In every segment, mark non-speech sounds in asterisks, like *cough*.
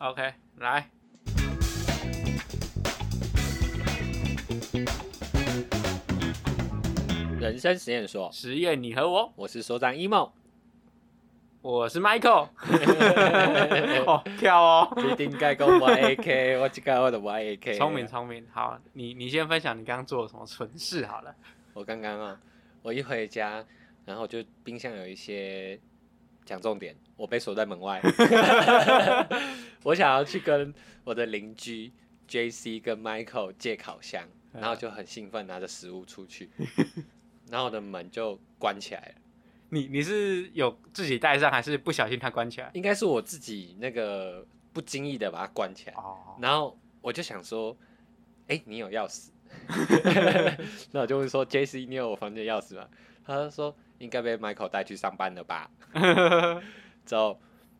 OK，来，嗯人生实验所，实验你和我，我是所长 *laughs* *laughs* emo，我是 *laughs* Michael。哦，跳哦，一定该跟 YAK，我只该我的 YAK。聪明聪明。好，你你先分享你刚刚做了什么蠢事好了。我刚刚啊，我一回家，然后就冰箱有一些讲重点，我被锁在门 *laughs* 外。我想要去跟我的邻居 JC 跟 Michael 借烤箱，嗯然后就很兴奋拿着食物出去，然后我的门就关起来了。你你是有自己带上，还是不小心它关起来？应该是我自己那个不经意的把它关起来，哦，然后我就想说，哎、你有钥匙？那我就会说，JC，你有我房间钥匙吗？他就说应该被 Michael 带去上班了吧。之后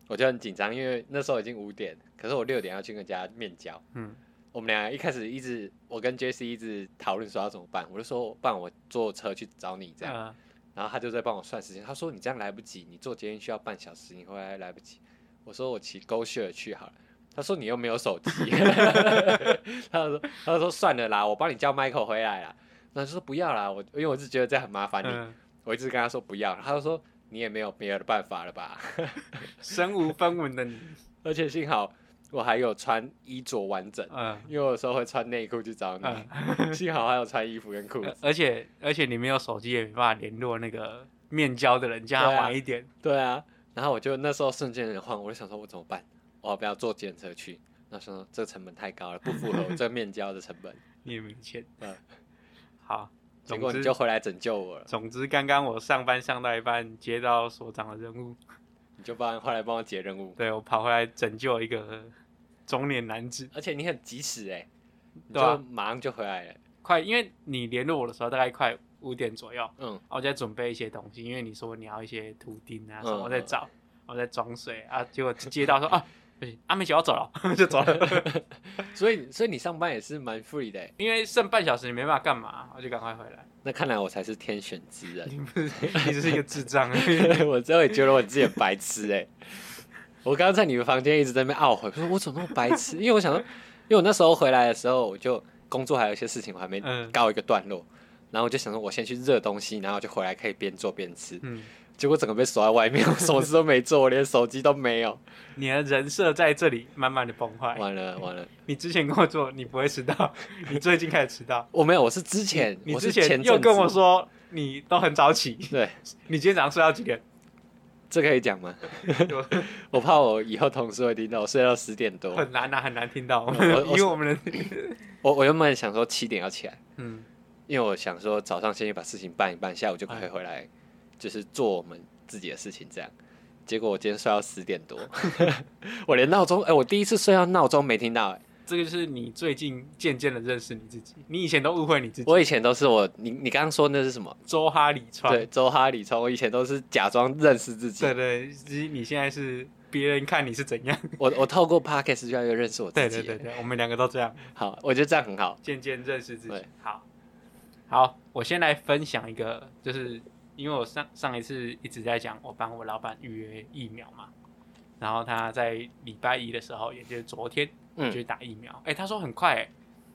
我就很紧张，因为那时候已经五点，可是我六点要去跟人家面交。嗯，我们俩一开始一直，我跟 JC 一直讨论说要怎么办，我就说，不然我坐车去找你这样。呃然后他就在帮我算时间，他说你这样来不及，你坐捷运需要半小时，你回来来不及。我说我骑 GoShare 去好了。他说你又没 *laughs* 有手机， *laughs* 他说他说算了啦，我帮你叫 Michael 回来啦。那就说不要啦，我因为我是觉得这样很麻啊烦你，嗯，我一直跟他说不要，他就说你也没有别的办法了吧。 *laughs* 身无分文的你，而且幸好我还有穿衣着完整，嗯因为我有时候会穿内裤去找你，嗯，幸好还有穿衣服跟裤子。而且而且你没有手机，也没办法联络那个面交的人，叫他对啊晚一点。对啊，然后我就那时候瞬间很慌，我就想说，我怎么办？我要不要坐检车去？那时候这成本太高了，不符合我这面交的成本。你也没钱。嗯好，结总果你之就回来拯救我了，总之，刚刚我上班上到一半，接到所长的任务，你就帮后来帮我解任务，对我跑回来拯救一个中年男子，而且你很及时哎、你对啊就马上就回来了。快，因为你联络我的时候大概快五点左右，啊嗯，我在准备一些东西，因为你说你要一些图钉啊什么，嗯我在找，我在装水啊，结果接到说啊。不行，阿美姐要走了， *laughs* 就走了。所以所以你上班也是蛮 free 的、欸。因为剩半小时，你没办法干嘛，我就赶快回来。 *laughs* 那看来我才是天选之人，你不是，你只是一个智障而 *laughs* 已。 *laughs* 我之后也觉得我自己很白痴哎、我刚刚在你们房间一直在那边懊悔，我说我怎么那么白痴？因为我想说，因为我那时候回来的时候，我就工作还有一些事情我还没嗯告一个段落，然后我就想说，我先去热东西，然后就回来可以边做边吃。嗯，结果整个被锁在外面，我什么事都没做，我连手机都没有。你的人设在这里慢慢的崩坏。完了完了，你之前跟我做，你不会迟到， *laughs* 你最近开始迟到。我没有，我是之前，你我之是前前又阵跟子我，说你都很早起，对，你今天早上睡到几点？这可以讲吗？就 *laughs* 我怕我以后同事会听到，我睡到十点多。很难啊，很难听到，哦 *laughs* 我因为我们的我我原本想说七点要起来，嗯因为我想说早上先去把事情办一办，下午就嗯可以回来，就是做我们自己的事情这样。结果我今天睡到十点 *laughs* 多，我连闹钟，哎、我第一次睡到闹钟没听到、哎，这个就是你最近渐渐的认识你自己，你以前都误会你自己，我以前都是我，你你刚刚说那是什么？周哈里川，对，周哈里聪，我以前都是假装认识自己对，对，其实你现在是别人看你是怎 *laughs* 样，我我透过 podcast 越来越认识我自对己对了，对对，我们两个都这样，好，我觉得这样很好，渐渐认识自己对。好，好，我先来分享一个，就是因为我上上一次一直在讲，我帮我老板预约疫苗嘛，然后他在礼拜一的时候，也就是昨天就嗯去打疫苗。哎、他说很快、欸，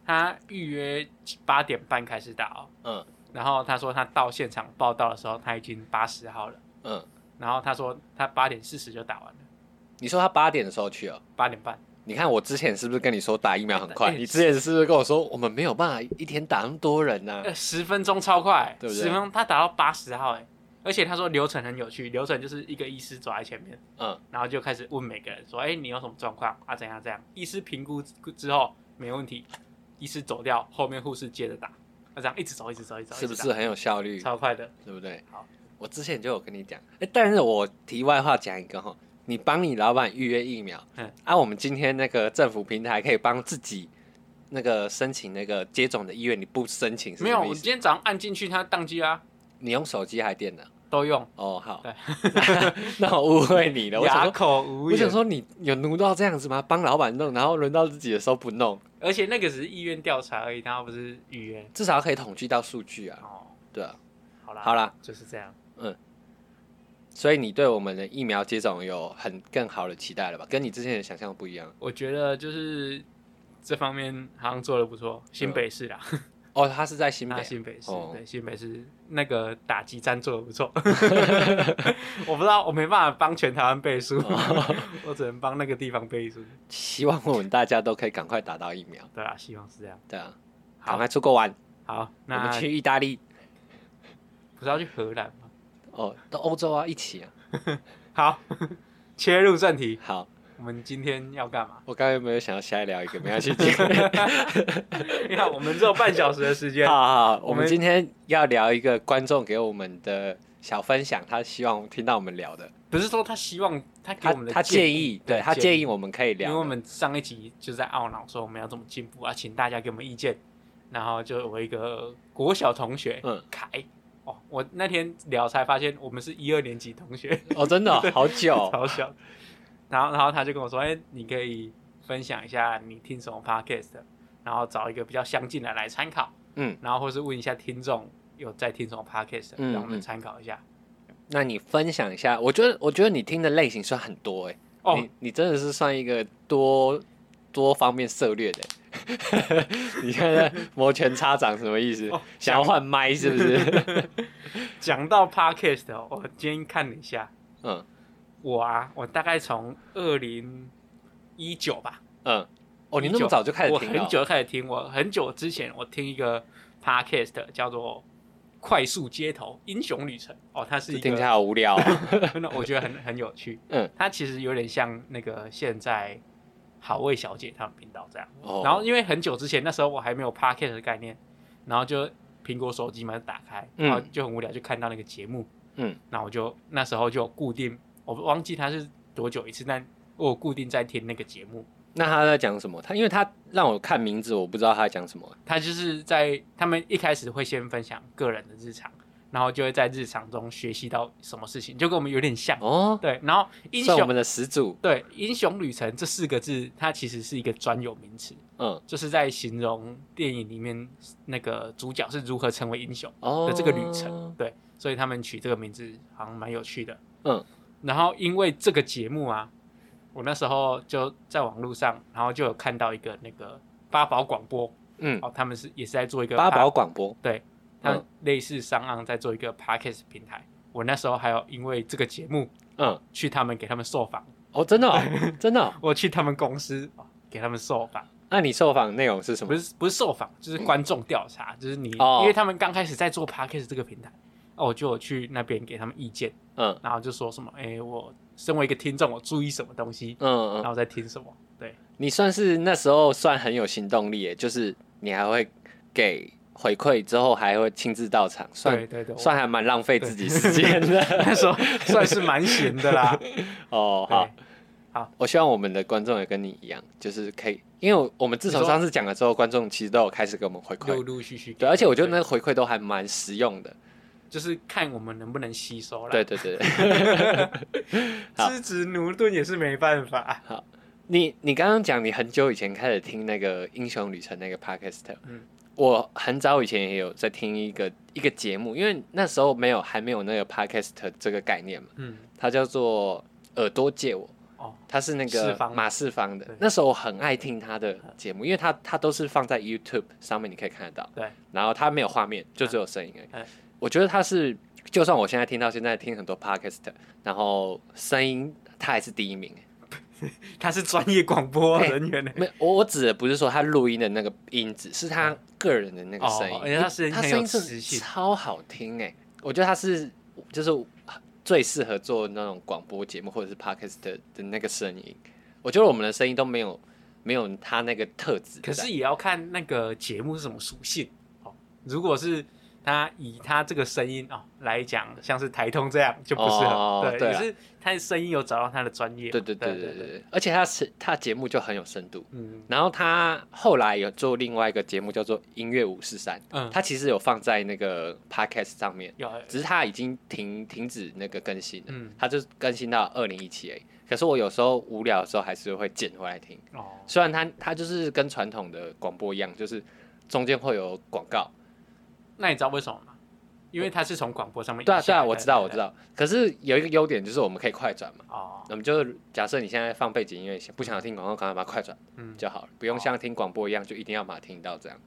他预约八点半开始打哦。嗯然后他说他到现场报道的时候，他已经八十号了。嗯，然后他说他八点四十就打完了，你说他八点的时候去哦。八点半。你看我之前是不是跟你说打疫苗很快？哎你之前是不是跟我说我们没有办法一天打那么多人呢、呃，十分钟超快、对不对十分钟他打到八十号哎、而且他说流程很有趣，流程就是一个医师走在前面，嗯，然后就开始问每个人说，哎、你有什么状况啊？怎样怎样？医师评估之后没问题，医师走掉，后面护士接着打，那这样一直走一直走一直走，是不一直是很有效率打？超快的？对不对？好，我之前就有跟你讲，哎、但是我题外话讲一个哈，你帮你老板预约疫苗，嗯啊，我们今天那个政府平台可以帮自己那个申请那个接种的医院，你不申请是没什有，么我意今思？天早上按进去，它宕机啊，你用手机还电脑？都用哦，好对， *laughs* 那我误会你了，我想哑 *laughs* 说。口无我言想。说，你有奴到这样子吗？帮老板弄，然后轮到自己的时候不弄，而且那个只是意愿调查而已，它不是预约。至少可以统计到数据啊，哦，对啊。好啦，好啦，就是这样。嗯，所以你对我们的疫苗接种有很更好的期待了吧？跟你之前的想象不一样我觉得就是这方面好像做的不错，新北市啦，哦。他是在新那北，新北市、哦对新北市那个打击战做的不错， *laughs* 我不知道，我没办法帮全台湾背书， *laughs* 我只能帮那个地方背书，希望我们大家都可以赶快打到疫苗，对啊，希望是这样。对啊，好赶快出国玩，好，我那们去意大利，不是要去荷兰吗？哦，到欧洲啊，一起啊。好， *laughs* 切入正题，好，我们今天要干嘛？我刚才没有想要瞎聊一个，没关系。今 *laughs* 天你看，我们只有半小时的时间，好好，我我们们今天要聊一个观众给我们的小分享，他希望听到我们聊的，不是说他希望他给他我们的他建议，对他建议议我们可以因为聊我的，们上一集就在懊恼说我们要怎么进步啊，请大家给我们意见。然后就有一个国小同学，嗯，凯，哦，我那天聊才发现我们是一二年级同学，哦，真的哦 *laughs* 好久哦，超小。然后，然后他就跟我说：“哎、你可以分享一下你听什么 podcast，然后找一个比较相近的来参考，嗯，然后或是问一下听众有在听什么 podcast，嗯让我们嗯参考一下。那你分享一下，我觉得我觉得你听的类型算很多哎，哦，你你真的是算一个多多方面涉略的 *laughs* 欸。你看在摩拳擦掌什么意思？哦想要换麦是不是？讲到 podcast，哦我今天看了一下， *laughs* 嗯我啊，我大概从二零一九吧，嗯，哦，你那么19早就开始我听了很哦？久就开始听，我很久之前我听一个 podcast 叫做《快速街头英雄旅程》，哦，它是这一听 *laughs* 起来个，好无聊哦。那我觉得很很有趣，嗯，它其实有点像那个现在好味小姐他们频道这样。哦然后因为很久之前那时候我还没有 podcast 的概念，然后就苹果手机嘛就打开，嗯然后就很无聊就看到那个节目，嗯，那我就那时候就有固定，我忘记它是多久一次，但我有固定在听那个节目。那他在讲什么？他因为他让我看名字，我不知道他在讲什么。他就是在他们一开始会先分享个人的日常，然后就会在日常中学习到什么事情，就跟我们有点像。哦，对，然后英算我雄们的始祖。对英雄旅程这四个字，它其实是一个专有名词，嗯，就是在形容电影里面那个主角是如何成为英雄哦的，这个旅程。对，所以他们取这个名字好像蛮有趣的。嗯，然后因为这个节目啊，我那时候就在网络上，然后就有看到一个那个八宝广播。嗯，哦，他们是也是在做一个八 pod- 宝广播。对，他们嗯类似商岸在做一个 podcast 平台。我那时候还有因为这个节目嗯，去他们给他们受访，哦，*laughs* 真的哦，真的哦。我去他们公司哦给他们受访，那你受访内容是什么不？是不是受访，就是观众调查，就是你，嗯哦因为他们刚开始在做 podcast 这个平台，哦，我就有去那边给他们意见，嗯然后就说什么，哎，我身为一个听众，我注意什么东西，嗯嗯然。后在听什么， *laughs* 对，你算是那时候算很有行动力耶，就是你还会给回馈之后还会亲自到场，对算对对，我算还蛮浪费自己时间的。那时候算是蛮闲的啦， *laughs* 哦， *laughs* 好对，，我希望我们的观众也跟你一样，就是可以，因为我我们自从你说上次讲了之后，观众其实都有开始给我们回陆馈，陆续续给，对，而且我觉得对那个回馈都还蛮实用的。就是看我们能不能吸收啦。对，对对，对好资质牛顿也是没办法。你你刚刚讲你很久以前开始听那个《英雄旅程》那个 podcast，嗯我很早以前也有在听一个一个节目，因为那时候没有还没有那个 podcast 这个概念嘛。嗯，它叫做《耳朵借我》，哦，它是那四个方马世芳的对。那时候我很爱听他的节目，因为他他都是放在 YouTube 上面，你可以看得到。对，然后他没有画面，就只有声音而已。嗯我觉得他是，就算我现在听到现在听很多 Podcast，然后声音他还是第一名。他是专业广播哎人员呢。没，我我指的不是说他录音的那个音质，是他个人的那个声音哦，，而且他声音他很有声音磁是性。超好听哎、我觉得他是就是最适合做那种广播节目或者是 podcast 的的那个声音。我觉得我们的声音都没有没有他那个特质在。可是也要看那个节目是什么属性哦。如果是他以他这个声音哦来讲，像是台通这样就不适合。哦对，对啊可是他的声音有找到他的专业嘛。对对对对对对对，对而且他是他节目就很有深度。嗯然后他后来有做另外一个节目叫做《音乐五四三》，嗯，他其实有放在那个 podcast 上面，有只是他已经停停止那个更新了，嗯他就更新到二零一七哎。可是我有时候无聊的时候还是会捡回来听。哦，虽然它它就是跟传统的广播一样，就是中间会有广告，那你知道为什么吗？因因为他是从广播上面对啊，移下对啊，来我的知道，我知。道。可是有一个优点就是我们可以快转嘛。哦，我们就是假设你现在放背景音乐，不想听广告，赶快把它快转嗯，就好了，不用哦像听广播一样，就一定要把它听到这样。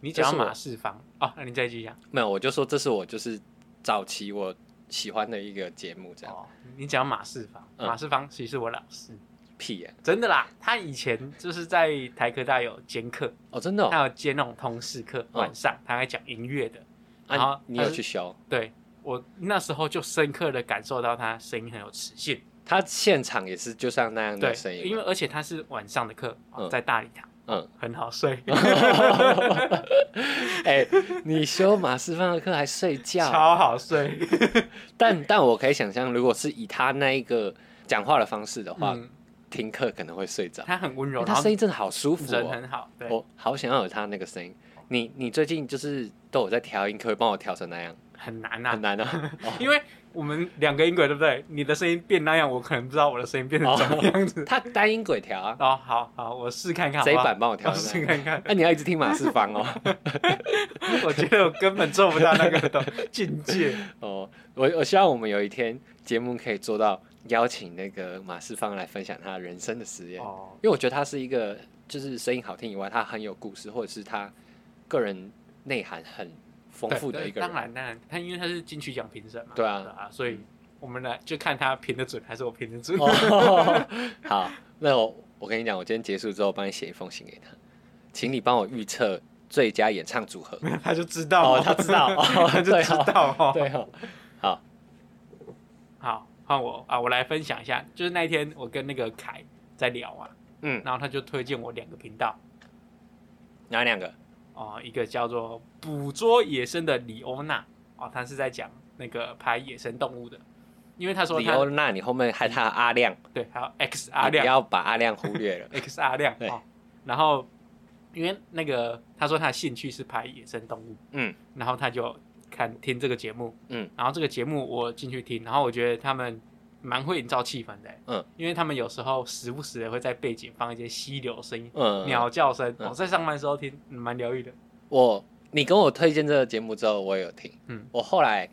你这讲是到我马世芳哦，那你再继续讲。没有，我就说这是我就是早期我喜欢的一个节目，这样、哦，你讲马世芳，嗯马世芳其实是我老师，屁耶、真的啦。他以前就是在台科大有兼课，哦，真的、哦，他有兼那种通识课，嗯晚上他还讲音乐的。然啊后，你他有是去修？对我那时候就深刻的感受到他声音很有磁性，他现场也是就像那样对的声，音因为吗，而且他是晚上的课，哦嗯在大礼堂，嗯，很好 *laughs* 睡，哎、你修马斯方的课还睡觉，超好 *laughs* 睡。但但我可以想象，如果是以他那一个讲话的方式的话，嗯，听课可能会睡着。他很温柔，哎然他后声音真的好舒服人哦，很好，对。我好想要有他那个声音。你你最近就是都有在调音，可不可以帮我调成那样？很难很啊，难 *laughs* 啊，因为我们两个音轨对不对？你的声音变那样，我可能不知道我的声音变成什哦么样子。他单音轨调啊，哦，好好，我试看看好这一不好，啊版帮我调我成那试样。看看。那、你要一直听马世 *laughs* 芳哦。我觉得我根本做不到那个的境 *laughs* 界。哦，我我希望我们有一天节目可以做到邀请那个马世芳来分享他人生的实验，哦，因为我觉得他是一个就是声音好听以外，他很有故事，或者是他个人内涵很丰富的对一个人。当然，当然，他因为他是金曲奖评审嘛，对啊啊，所以我们来就看他评的准还是我评的准。 *laughs* 哦， *laughs* 好，那我我跟你讲，我今天结束之后帮你写一封信给他，请你帮我预测最佳演唱组合。他就知道哦哦，他知 *laughs* 道哦他就对知哦道哦。对哦，好， *laughs* 好，换我啊，我来分享一下，就是那一天我跟那个凯在聊啊，嗯，然后他就推荐我两个频道哪两个？哦，一个叫做“捕捉野生的李欧娜”哦，他是在讲那个拍野生动物的，因为他说李欧他娜，啊你后面害他阿亮，对，还有 X 你阿不亮要把阿亮忽略了。 ，X 阿亮对哦，然后因为那个他说他的兴趣是拍野生动物，嗯，然后他就看听这个节目，嗯，然后这个节目我进去听，然后我觉得他们蛮会营造气氛的、嗯，因为他们有时候时不时的会在背景放一些溪流声音、嗯，鸟叫声，我、嗯在上班的时候听嗯蛮疗愈的，我你跟我推荐这个节目之后，我也有听。嗯，我后来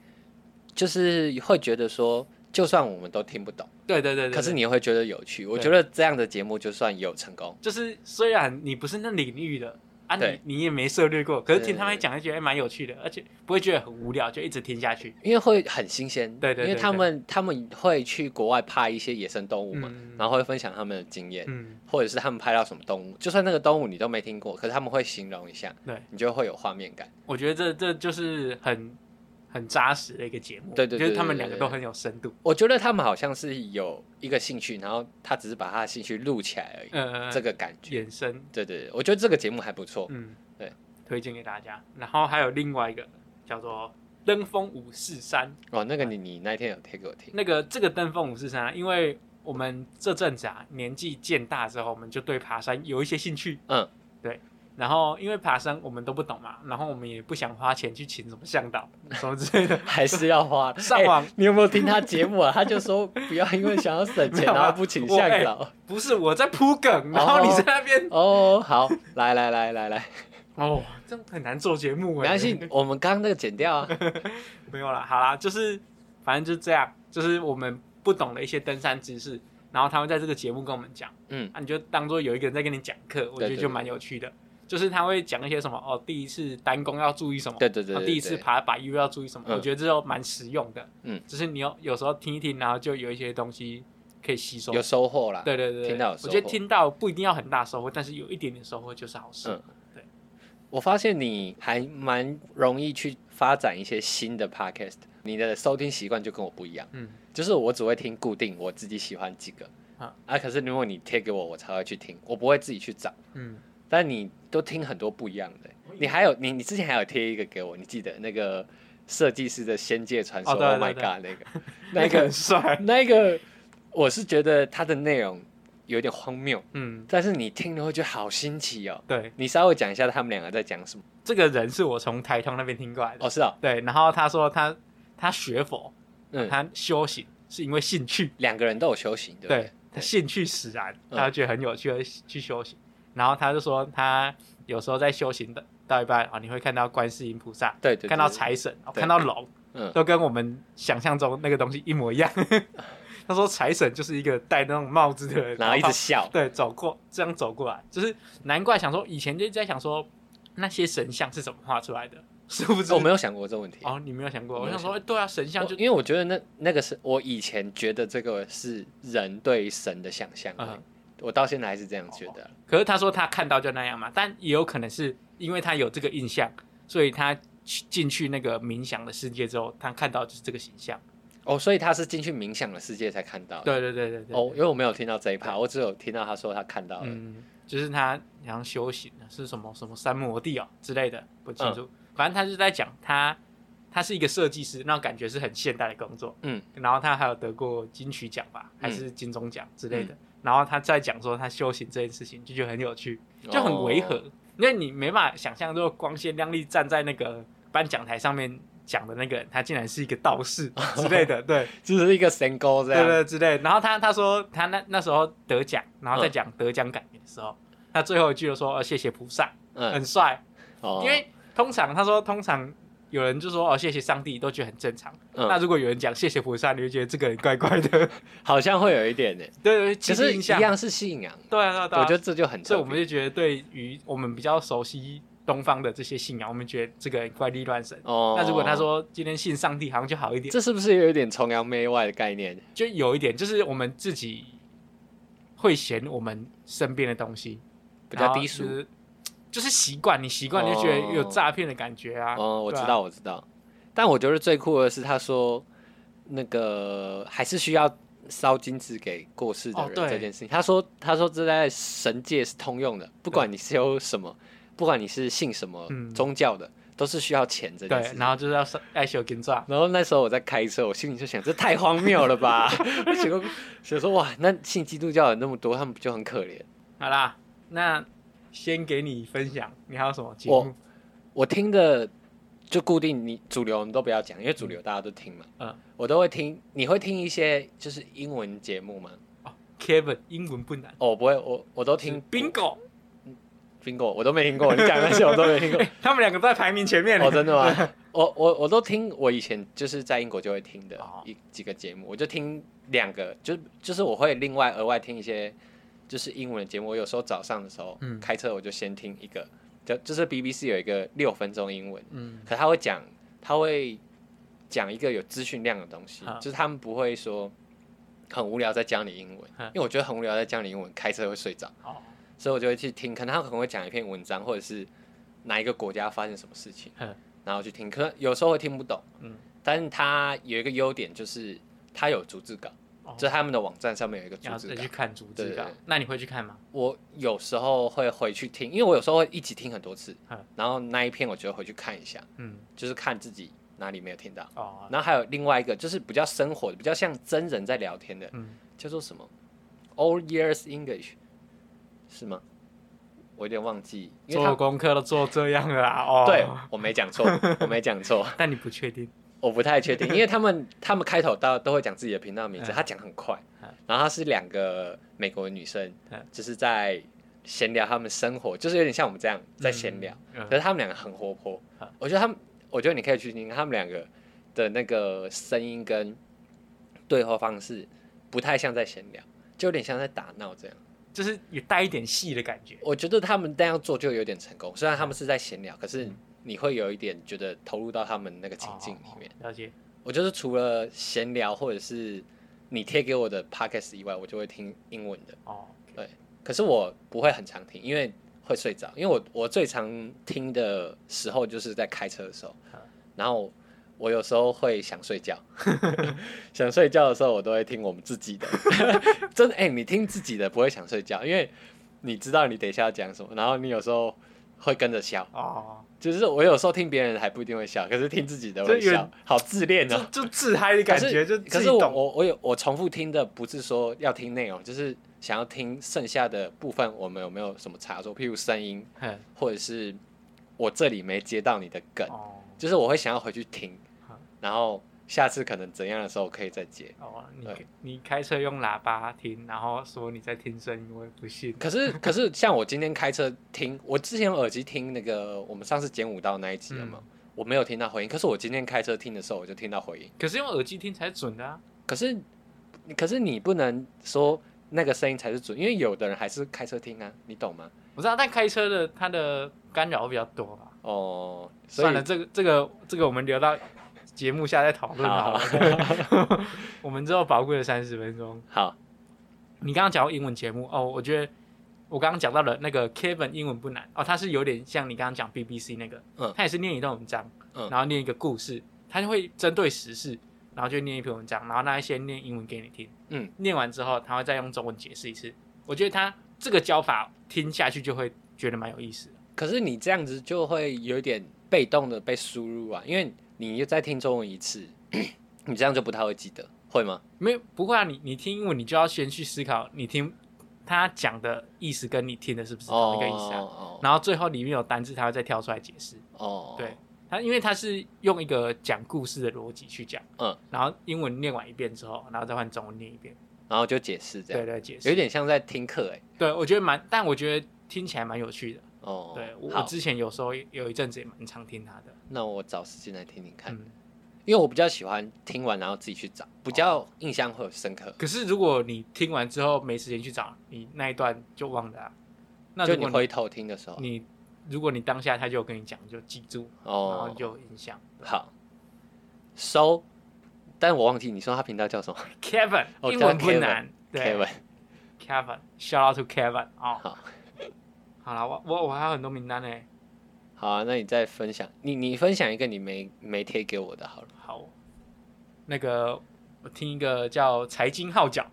就是会觉得说，就算我们都听不懂，对对对对可是对你也会觉得有趣。我对觉得这样的节目就算有成功。就是虽然你不是那领域的。啊你对，你也没涉猎过，可是对听他们对对讲就觉得哎蛮有趣的，而且不会觉得很无聊，就一直听下去。因为会很新鲜，对对对因为他们他们会去国外拍一些野生动物嘛，嗯然后会分享他们的经验，嗯，或者是他们拍到什么动物，就算那个动物你都没听过，可是他们会形容一下，对，你就会有画面感。我觉得这这就是很很扎实的一个节目，对对对就是他对们对两个对都对很有深度。我觉得他们好像是有一个兴趣，然后他只是把他的兴趣录起来而已，呃，这个感觉。衍生，对对对，我觉得这个节目还不错。嗯，对，推荐给大家。然后还有另外一个叫做《登峰五四三》，哦，那个你你那天有贴给我听，那个这个登峰五四三啊，因为我们这阵子啊年纪渐大之后，我们就对爬山有一些兴趣，嗯，，对。然后因为爬山我们都不懂嘛，然后我们也不想花钱去请什么向导什么之类的还是要花上网哎你有没有听他节目啊？他就说不要因为想要省 *laughs* 没钱，有啊然后不请我向哎导。不是我在铺梗，然后你在那边哦，好，来来来来 *laughs* 来，哦，这样很难做节目没哎、关系，我们刚刚那个 *laughs* 剪掉啊。没有啦，好啦，就是反正就这样，就是我们不懂的一些登山知识，然后他们在这个节目跟我们讲，嗯啊，你就当做有一个人在跟你讲课，我觉得对对就蛮有趣的。就是他会讲一些什么哦，第一次单弓要注意什么，对对对啊对第一次对爬百越要注意什么，嗯我觉得这都蛮实用的。嗯，就是你有有时候听一听，然后就有一些东西可以吸收。有收获啦。对对对，对听到有我收觉得获听到不一定要很大收获，但是有一点点收获就是好事。嗯我发现你还蛮容易去发展一些新的 podcast，你的收听习惯就跟我不一样，嗯，就是我只会听固定我自己喜欢几个啊啊，可是如果你贴给我，我才会去听，我不会自己去找。嗯，但你都听很多不一样的。你还有你你之前还有贴一个给我，你记得那个设计师的《仙界传说哦》对 o h my 对对 god，*laughs* 那个那那个很个帅。那个，我是觉得它的内容有点荒谬，嗯，但是你听了会觉得好新奇哦。对，你稍微讲一下他们两个在讲什么？这个人是我从台通那边听过来的。哦，是哦，对，然后他说他他学佛，嗯，他修行是因为兴趣，两个人都有修行，对不对对？他兴趣使然，嗯他觉得很有趣而去修行。然后他就说他有时候在修行的到一半啊，你会看到观世音菩萨，对对，看到对，财神，哦对看到龙，嗯，都跟我们想象中那个东西一模一 *laughs* 样。他说财神就是一个戴那种帽子的人， *laughs* 然后一怕直笑，对走过这样走过来，就是难怪想说以前就一直在想说那些神像是怎么画出来的， *laughs* 是不是？我没有想过这个问题。哦，你没有想过，我我没有想说，想哎对啊，神像我就因为我觉得那那个是我以前觉得这个是人对神的想象而已、嗯我到现在还是这样觉得。啊可是他说他看到就那样嘛，但也有可能是因为他有这个印象，所以他去进去那个冥想的世界之后，他看到就是这个形象。哦，所以他是进去冥想的世界才看到的。对对对对对。哦，因为我没有听到这一趴，我只有听到他说他看到了。嗯，就是他好像修行的是什么什么三摩地哦之类的，不清楚。嗯反正他是在讲他，他是一个设计师，那感觉是很现代的工作。嗯，然后他还有得过金曲奖吧，还是金钟奖之类嗯的。然后他在讲说他修行这件事情，就觉得很有趣，就很违和，哦因为你没办法想象，就光鲜亮丽站在那个颁奖台上面讲的那个人，他竟然是一个道士之类的，对。就是一个神沟 *laughs* 这对样。对之类的。然后他他说他那那时候得奖，然后在讲得奖感言的时候，他最后一句就说：“呃，谢谢菩萨，嗯很，帅。哦因为通常他说，通常有人就说：“哦，谢谢上帝”，都觉得很正常。嗯那如果有人讲“谢谢菩萨”，你会觉得这个人怪怪的。 *laughs* 好像会有一点呢，对对，可其是实一印象样是信仰。对啊对啊对啊。我觉得这就很所以我特们别。就觉得，对于我们比较熟悉东方的这些信仰，我们觉得这个人怪力乱神。哦那如果他说今天信上帝，好像就好一点。这是不是有一点崇洋媚外的概念？就有一点，就是我们自己会嫌我们身边的东西比较低俗然后就是就是习惯，你习惯你就觉得有诈骗的感觉啊。哦，我知对啊道，我知道。但我觉得最酷的是，他说那个还是需要烧金纸给过世的哦人对这件事情。他说，他说这在神界是通用的，不管你是有什么，不管你是信什么嗯宗教的，都是需要钱这件事对，情。然后就是要爱修跟诈，然后那时候我在开车，我心里就想，这太荒谬 *laughs* 了吧！我想说想说哇，那信基督教的人那么多，他们不就很可怜？好啦，那先给你分享，你还有什么节我目？我听的就固定你主流我们都不要讲，因为主流大家都听嘛。嗯，我都会听。你会听一些就是英文节目吗？ Kevin 英文不难，哦，我不会，我我都听嗯是 Bingo， bingo，我都没听过。你讲那些我都没听过。哎他们两个在排名前面哦，真的吗？我我我都听，我以前就是在英国就会听的哦一几个节目，我就听两个，就就是我会另外额外听一些就是英文的节目。我有时候早上的时候、嗯开车，我就先听一个，就就是 BBC 有一个六分钟英文， *laughs* 嗯，可他会讲，他会讲一个有资讯量的东西啊，就是他们不会说很无聊在教你英文，啊因为我觉得很无聊在教你英文，开车会睡着，哦，所以我就会去听，可能他可能会讲一篇文章，或者是哪一个国家发生什么事情嗯，然后去听，可能有时候会听不懂，嗯但是他有一个优点就是他有逐字稿，哦就是他们的网站上面有一个逐要字再稿去，看逐字对稿对对，那你会去看吗？我有时候会回去听，因为我有时候会一起听很多次嗯，然后那一篇我就会回去看一下，嗯，就是看自己哪里没有听到。哦，然后还有另外一个就是比较生活的，比较像真人在聊天的，嗯，叫做什么？All Years English 是吗？我有点忘记，因为做他功课都做这样了啊，哦，对，我没讲错，我没讲错，但你不确定，嗯我不太确定，因为他们他们开头到都会讲自己的频道名字，嗯他讲很快嗯，然后他是两个美国女生嗯，就是在闲聊他们生活，就是有点像我们这样在闲聊，嗯，可是他们两个很活泼嗯，我觉得他们，我觉得你可以去听他们两个的那个声音跟对话方式，不太像在闲聊，就有点像在打闹这样。就是有带一点戏的感觉。我觉得他们那样做就有点成功，虽然他们是在闲聊，可嗯是你会有一点觉得投入到他们那个情境里面。哦、哦了解，我就是除了闲聊或者是你贴给我的 podcast 以外，我就会听英文的，哦，可是我不会很常听，因为会睡着。因为我我最常听的时候就是在开车的时候好，然后我有时候会想睡 *laughs* 觉，想睡觉的时候我都会听我们 *laughs* 自己的。真的，哎、你听自己的不会想睡觉，因为你知道你等一下要讲什么，然后你有时候会跟着笑。哦，就是我有时候听别人还不一定会笑，可是听自己的这会有笑，好自恋哦、就就自嗨的感觉，就可自己是我懂。我我有我重复听的不是说要听内容，就是想要听剩下的部分，我们有没有什么差错？譬如声音，哼或者是我这里没接到你的梗，哦，就是我会想要回去听好，然后下次可能怎样的时候可以再接。哦，对你你开车用喇叭听，然后说你在听声音，我也不信。可是可 *laughs* 是像我今天开车听，我之前用耳机听那个我们上次剪武道那一集了嘛，嗯我没有听到回音，可是我今天开车听的时候我就听到回音。可是用耳机听才准的啊。可是可是你不能说那个声音才是准，因为有的人还是开车听啊，你懂吗？我知道，但开车的它的干扰比较多吧。哦，所以算了，这个这个这个我们留到节目下再讨论好了。 *laughs* 我们只有宝贵的三十分钟。好，你刚刚讲到英文节目哦，我觉得我刚刚讲到了那个 Kevin 英文不难哦，他是有点像你刚刚讲 BBC 那个，嗯他也是念一段文章，嗯然后念一个故事，他就会针对时事，然后就念一篇文章，然后那一些念英文给你听，嗯，念完之后他会再用中文解释一次。我觉得他这个教法听下去就会觉得蛮有意思的。可是你这样子就会有一点被动的被输入啊，因为你又再听中文一次， *clears throat* 你这样就不太会记得，会吗？没有不会啊，你你听英文，你就要先去思考，你听他讲的意思跟你听的是不是同一个意思啊？哦然后最后里面有单字，他会再跳出来解释。哦，对，他因为他是用一个讲故事的逻辑去讲，嗯，然后英文念完一遍之后，然后再换中文念一遍，然后就解释这对样，对，解释。有，点像在听课哎、对我觉得蛮，但我觉得听起来蛮有趣的。哦，对我，我好，之前有时候也有一阵子也蛮常听他的，那我找时间来听听看，嗯。因为我比较喜欢听完然后自己去找，比哦较印象会有深刻。可是如果你听完之后没时间去找，你那一段就忘了、啊。那就如你果回头听的时候，你如果你当下他就有跟你讲，你就记住，然后哦，就有印象。好，收、但我忘记你说他频道叫什么 Kevin，哦英叫文不 Kevin，难。对，Kevin。 Kevin，shout out to Kevin 哦。好，好了，我我我还有很多名单呢。好啊，那你再分享，你你分享一个你没没贴给我的好了。好，那个我听一个叫财经号角，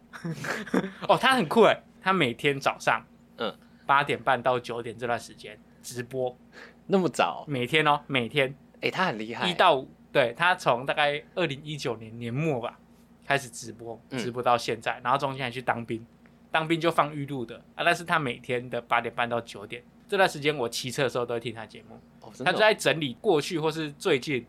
*laughs* 哦，他很酷哎，他每天早上，嗯，八点半到九点这段时间直播，那么早？每天哦，每天哎、他很厉害一。到五，对他从大概二零一九年年末吧开始直播，嗯直播到现在，然后中间还去当兵，当兵就放预录的啊，但是他每天的八点半到九点这段时间，我骑车的时候都会听他节目，哦，真他的就哦、在整理过去或是最近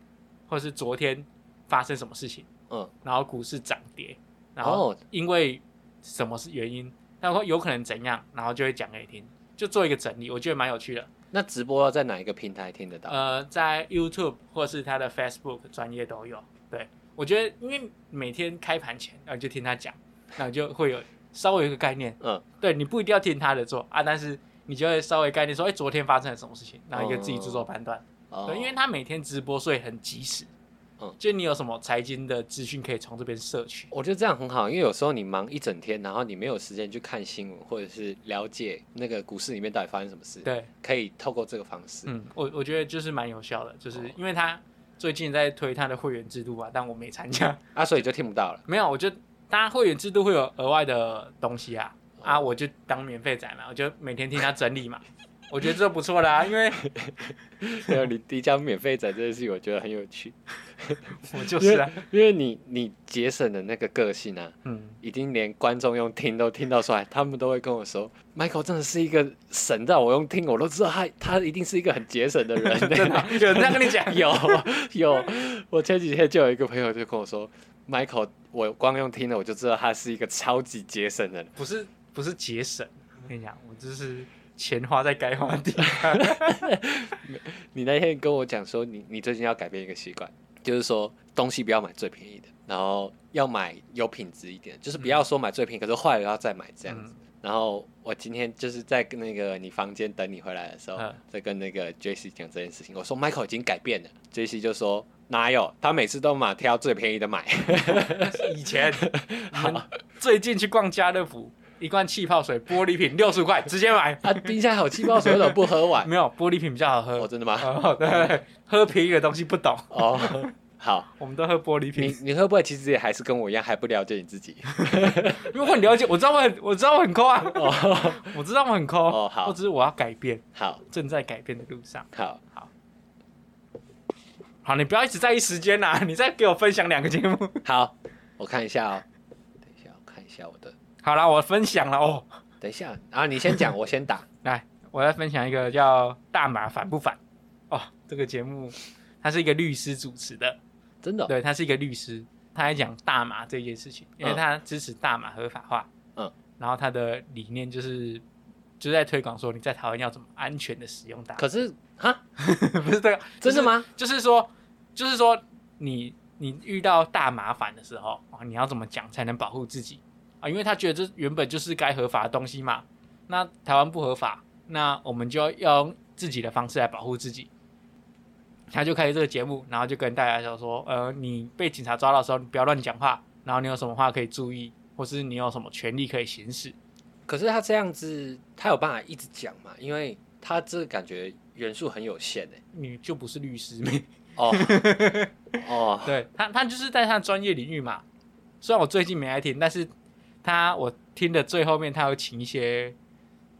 或是昨天发生什么事情，嗯，然后股市涨跌，然后哦因为什么是原因，然后有可能怎样，然后就会讲给你听，就做一个整理，我觉得蛮有趣的。那直播要在哪一个平台听得到？呃，在 YouTube 或是他的 Facebook 专业都有。对我觉得，因为每天开盘前，然后就听他讲，那你就会有稍微有一个概念。嗯，对你不一定要听他的做啊，但是你就会稍微概念说，哎、昨天发生了什么事情，然后你就自己做做判断。哦对，因为他每天直播，所以很及时。嗯就你有什么财经的资讯可以从这边摄取。我觉得这样很好，因为有时候你忙一整天，然后你没有时间去看新闻，或者是了解那个股市里面到底发生什么事，对，可以透过这个方式。嗯，我我觉得就是蛮有效的，就是哦因为他最近在推他的会员制度啊，但我没参加。啊，所以就听不 *laughs* 到了。没有，我就大家会员制度会有额外的东西啊、哦啊，我就当免费仔嘛，我就每天听他整理 *laughs* 嘛，我觉得这不错啦，因为还有你提交免费仔这件事，情，我觉得很有趣，我 *laughs* 就是啊，因为你你节省的那个个性啊，嗯， *laughs* 已经连观众用听都听到出来，他们都会跟我说，Michael 真的是一个神到我用听我都知道他他一定是一个很节省的 *laughs* 人。，真的有人这样跟你讲 *laughs* *laughs* 有有，我前几天就有一个朋友就跟我说，Michael，我光用听了我就知道他是一个超级节省的人。不是不是节省，我跟你讲，我就是钱花在该花的 *laughs* 地方，你那天跟我讲说，你你最近要改变一个习惯，就是说东西不要买最便宜的，然后要买有品质一点，就是不要说买最便宜，可是坏了要再买这样子。嗯然后我今天就是在跟那个你房间等你回来的时候，嗯在跟那个 J C 讲这件事情。我说 Michael 已经改变了，J C 就说哪有，他每次都买挑最便宜的买。 *laughs* 以前我们最近去逛家乐福，一罐气泡水玻璃瓶六十块，直接买，啊，冰箱有气泡水，为什么不喝 *laughs* 完？没有玻璃瓶比较好哦，喝，真的吗？哦对， *laughs* 喝便宜的东西不懂，哦，好，我们都喝玻璃 *laughs* 瓶你。你会不会其实也还是跟我一样还不了解你自己？因为我很了解，我知道我很，我知道我很抠啊， *laughs* 我知道我很抠。哦好我只是我要改变，好正在改变的路上。好，好，你不要一直在意时间呐、 *laughs* 你再给我分享两个节目。好，我看一下哦，等一下，我看一下我的，好啦，我分享了哦。等一下啊，你先 *laughs* 讲，我先打。来，我来分享一个叫《大马反不反》哦，这个节目它是一个律师主持的，真的哦、对他是一个律师，他还讲大麻这件事情，因为嗯他支持大麻合法化。嗯，然后他的理念就是就是在推广说你在台湾要怎么安全的使用大麻，可是哈， *laughs* 不是这个，真的吗？就是说就是说你你遇到大麻烦的时候啊，你要怎么讲才能保护自己啊？因为他觉得这原本就是该合法的东西嘛，那台湾不合法，那我们就要要用自己的方式来保护自己。他就开始这个节目，然后就跟大家讲说，呃，你被警察抓到的时候，你不要乱讲话，然后你有什么话可以注意，或是你有什么权利可以行使。可是他这样子，他有办法一直讲嘛？因为他这感觉元素很有限哎。你就不是律师没？哦 *laughs* 哦，对他，他就是在他的专业领域嘛。虽然我最近没来听，但是他我听的最后面，他有请一些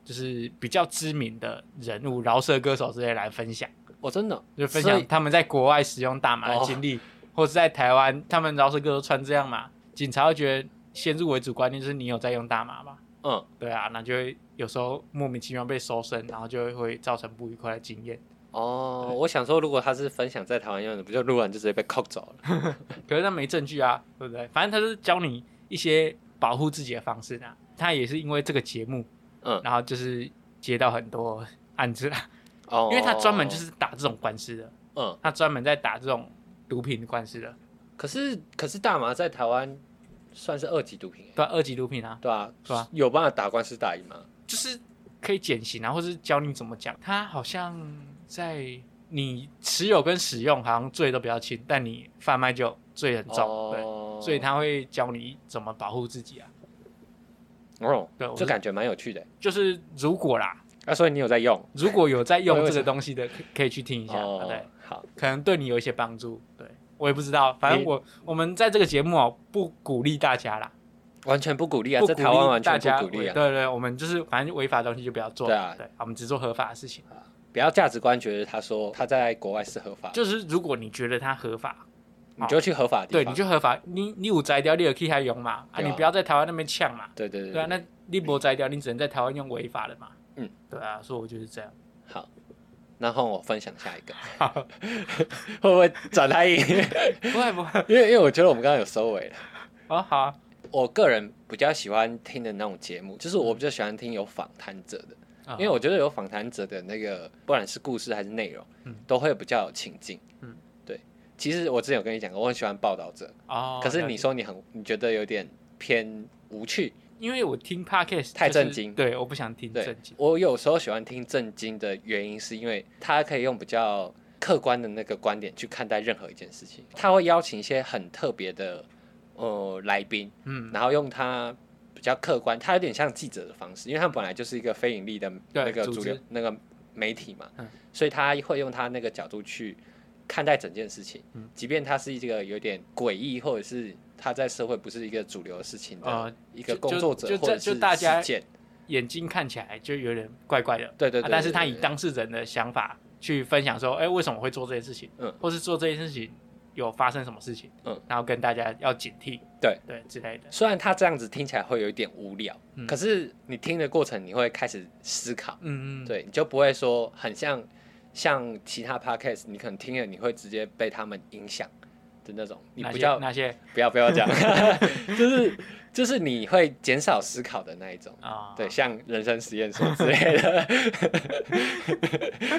就是比较知名的人物、饶舌歌手之类来分享，我哦真的就分所享以哦他们在国外使用大麻的经历，或是在台湾他们饶舌歌手穿这样嘛，警察会觉得先入为主观念就是你有在用大麻嘛。嗯，对啊，那就会有时候莫名其妙被搜身，然后就会会造成不愉快的经验。哦，我想说，如果他是分享在台湾用的，不就录完就直接被扣走了？可是他没证据啊，对不对？反正他就是教你一些保护自己的方式啊。他也是因为这个节目，嗯，然后就是接到很多案子啊，哦，因为他专门就是打这种官司的，嗯，他专门在打这种毒品官司的，可是可是大麻在台湾算是二级毒品欸，对、啊，二级毒品啊，对啊，对啊，有办法打官司打赢吗？就是可以减刑啊，或是教你怎么讲。他好像在你持有跟使用好像罪都比较轻，但你贩卖就罪很重，哦对，所以他会教你怎么保护自己啊。哦对我，是这感觉蛮有趣的欸。就是如果啦，啊，所以你有在用？如果有在用我以为这个是东西的，可可以去听一下，啊哦，对，，好，可能对你有一些帮助。对我也不知道，反正你我我们在这个节目哦，不鼓励大家啦，完全不鼓励啊，不在鼓励台湾完大全家，不鼓励对啊，对对，我们就是反正违法的东西就不要做，对啊对，我们只做合法的事情。不要价值观觉得他说他在国外是合法，就是如果你觉得它合法，你就去合法的地对，方。你就合法，你你有摘掉，你有去还用嘛？啊，对啊你不要在台湾那边呛嘛，对对对对啊，那你不摘掉，你只能在台湾用违法的嘛，嗯，对啊，所以我就是这样。 *laughs* 好，然后我分享下一个，好，会不会转太硬？ *laughs* 不会不会，因为因为我觉得我们刚刚有收尾了。哦好啊，我个人比较喜欢听的那种节目，就是我比较喜欢听有访谈者的，嗯因为我觉得有访谈者的那个，不管是故事还是内容嗯，都会比较有情境。嗯，对。其实我之前有跟你讲过，我很喜欢报道者，哦，可是了你解说你很，你觉得有点偏无趣。因为我听 podcast 太就是震惊对，我不想听对震惊，我有时候喜欢听震惊的原因，是因为他可以用比较客观的那个观点去看待任何一件事情。他会邀请一些很特别的呃来宾，嗯，然后用他比较客观，他有点像记者的方式，因为他本来就是一个非盈利的对那个组织主流那个媒体嘛，嗯所以他会用他那个角度去看待整件事情，嗯即便它是一个有点诡异，或者是他在社会不是一个主流的事情呃的一个就工作者就就或者就是大家事件，眼睛看起来就有点怪怪的，对对啊对，但是对他对以对当事人的想法去分享说，哎，为什么会做这件事情，嗯或是做这件事情有发生什么事情，嗯，然后跟大家要警惕，对对之类的，虽然他这样子听起来会有一点无聊，嗯可是你听的过程你会开始思考。嗯嗯，对，你就不会说很像像其他 podcast，你可能听了你会直接被他们影响的那种，你哪不些叫哪些不要不要讲， *laughs* 就是就是你会减少思考的那一种。啊，对，像人生实验所之类的，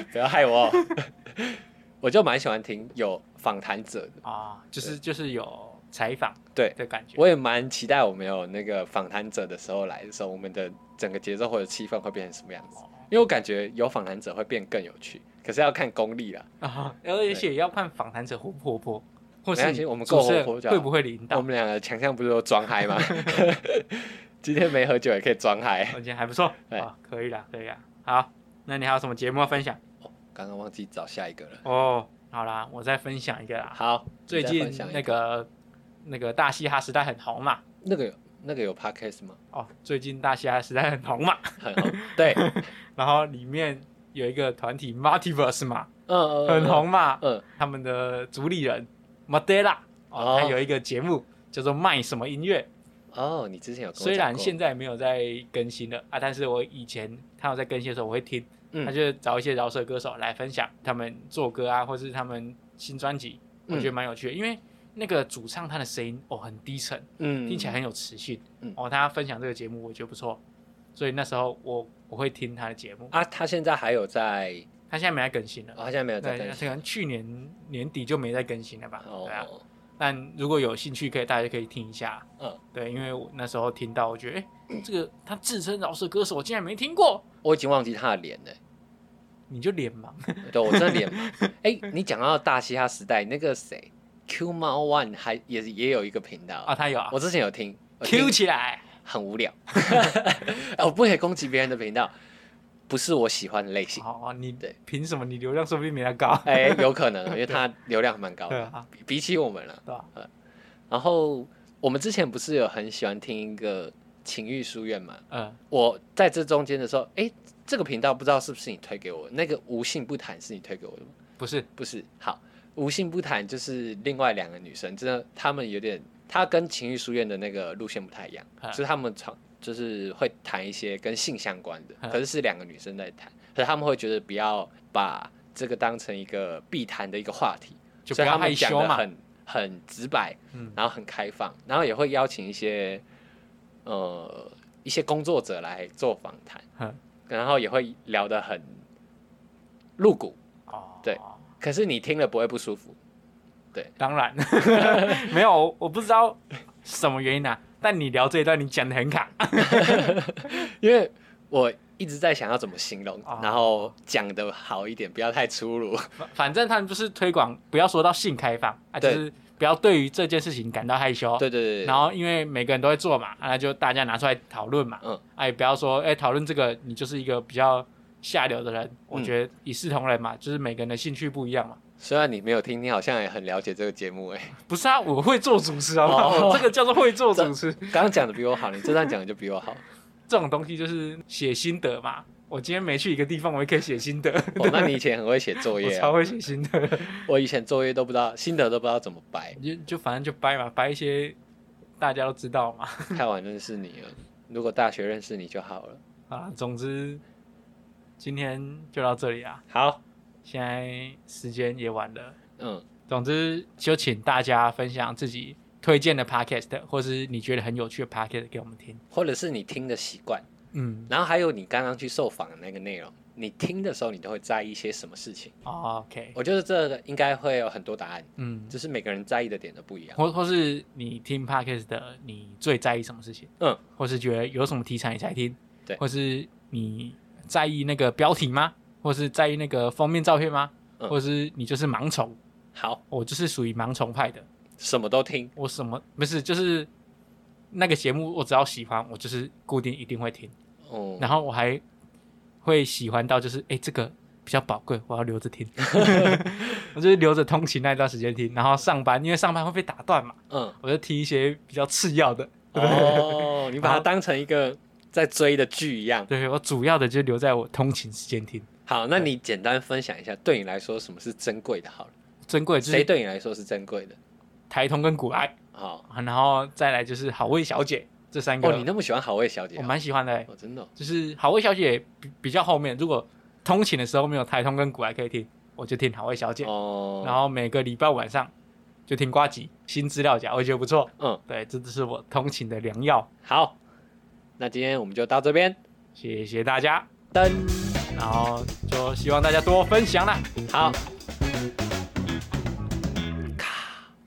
*laughs* 不要害我哦。我就蛮喜欢听有访谈者的，啊，就是就是有采访对的感觉，我也蛮期待我们有那个访谈者的时候来的时候，我们的整个节奏或者气氛会变成什么样子。因为我感觉有访谈者会变更有趣，可是要看功力啦。啊，而且也要看访谈者活不活泼，或没关是系我们主持够活人泼就好会不会领我导，们两个强项不是都装嗨 *laughs* 吗？今天没喝酒也可以装嗨。我觉得还不错，对啊，可以啦，可以啦，好，那你还有什么节目要分享？刚刚忘记找下一个了。哦，好啦，我再分享一个啦。好，最你再近分享一那个那个大嘻哈时代很红嘛，那个有那个有 podcast 吗？哦，最近大嘻哈时代很红嘛， *laughs* 很 *laughs* 红，对，嗯然后里面有一个团体 Multiverse 嘛，嗯，嗯很。红嘛，嗯，他们的主理人 Madela 哦，哦他有一个节目叫做卖什么音乐，哦，你之前有跟我虽然讲过现在没有在更新了啊，但是我以前他有在更新的时候我会听，嗯他就找一些嗯饶舌歌手来分享他们做歌啊，或是他们新专辑，我觉得蛮有趣的，因为那个主唱他的声音哦很低沉，嗯听起来很有磁性，嗯哦，他分享这个节目我觉得不错，所以那时候我我会听他的节目，啊，他现在还有在，他现在没在更新了哦，，他现在没有在对，更可新。能去年年底就没再更新了吧，哦对啊，但如果有兴趣可以大家可以听一下，嗯，对，因为我那时候听到我觉得，哎、这个他自称饶舌歌手，我竟然没听过，我已经忘记他的脸了。你就脸盲，对，我真的脸盲。哎、你讲到大嘻哈时代，那个谁，Q 猫 One 还也是也有一个频道啊，他有啊我之前有听哦我听，Q 起来，很无聊。 *laughs* 哎我不可以攻击别人的频道，不是我喜欢的类型。哦，你对凭什么你流量说不定没他高，哎、有可能，因为他流量蛮高 *laughs* 对的，啊，比比起我们了。对吧、然后我们之前不是有很喜欢听一个情欲书院嘛？嗯，我在这中间的时候，哎、这个频道不知道是不是你推给我的？那个无性不谈是你推给我的吗？不是，不是，好，无性不谈就是另外两个女生，真的她们有点，她跟情欲书院的那个路线不太一样，嗯就是她们常就是会谈一些跟性相关的，嗯可是是两个女生在谈，可是她们会觉得不要把这个当成一个必谈的一个话题，就所不以要她们害讲羞的嘛，很很直白，嗯，然后很开放，然后也会邀请一些呃一些工作者来做访谈，哼然后也会聊得很露骨。哦，对可是你听了不会不舒服，当然， *laughs* 没有，我我不知道什么原因啊。但你聊这一段，你讲的很卡， *laughs* 因为我一直在想要怎么形容，哦然后讲的好一点，不要太粗鲁。反反正他们就是推广，不要说到性开放啊，就对是不要对于这件事情感到害羞。对对对，然后后因为每个人都会做嘛，啊那就大家拿出来讨论嘛。嗯，哎、也不要说哎、讨论这个你就是一个比较下流的人，我嗯觉得一视同仁嘛，就是每个人的兴趣不一样嘛。虽然你没有听，你好像也很了解这个节目哎、不是啊，我会做主持好不好？*laughs* 哦我这个叫做会做主持。刚刚讲的比我好，你这段讲的就比我 *laughs* 好。这种东西就是写心得嘛。我今天没去一个地方，我也可以写心得。哦，那你以前很会写作我业、超啊，会写心得，，我以前作业都不知道，心得都不知道怎么摆就就反正就掰嘛，掰一些大家都知道嘛。 *laughs* 太晚认识你了。如果大学认识你就好了。啊，总之今天就到这里啊，好，现在时间也晚了。嗯，总之就请大家分享自己推荐的 podcast，或是你觉得很有趣的 podcast 给我们听。或者是你听的习惯，嗯，然后还有你刚刚去受访的那个内容，你听的时候你都会在意一些什么事情？哦 OK，我觉得这个应该会有很多答案，嗯，只是每个人在意的点都不一样。或或是你听 podcast 的，你最在意什么事情？嗯，或是觉得有什么题材你才听？对或是你在意那个标题吗？或是在意那个封面照片吗？嗯或是你就是盲从？好，我就是属于盲从派的，什么都听。我什么不是就是那个节目，我只要喜欢，我就是固定一定会听，哦、然后我还会喜欢到就是哎、诶这个比较宝贵，我要留着 *laughs* 听， *laughs* 我就是留着通勤那段时间听，然后上班因为上班会被打断嘛， *laughs* 嗯，我就听一些比较次要的，哦，你把它当成一个在追的剧一样。对我主要的就留在我通勤时间听，好，那你简单分享一下，对你来说什么是珍贵的？好了，珍贵的就谁是对你来说是珍贵的？台通跟古爱，好，啊然后再来就是好味小姐这三个，哦，你那么喜欢好味小姐、我哦，蛮喜欢的、欸。哦，真的哦、就是好味小姐比比较后面，如果通勤的时候没有台通跟古来可以听，我就听好味小姐。哦，然后每个礼拜晚上就听瓜吉新资料夹，我觉得不错。嗯，对，这就是我通勤的良药，好，那今天我们就到这边，谢谢大家。噔，然后就希望大家多分享啦。好，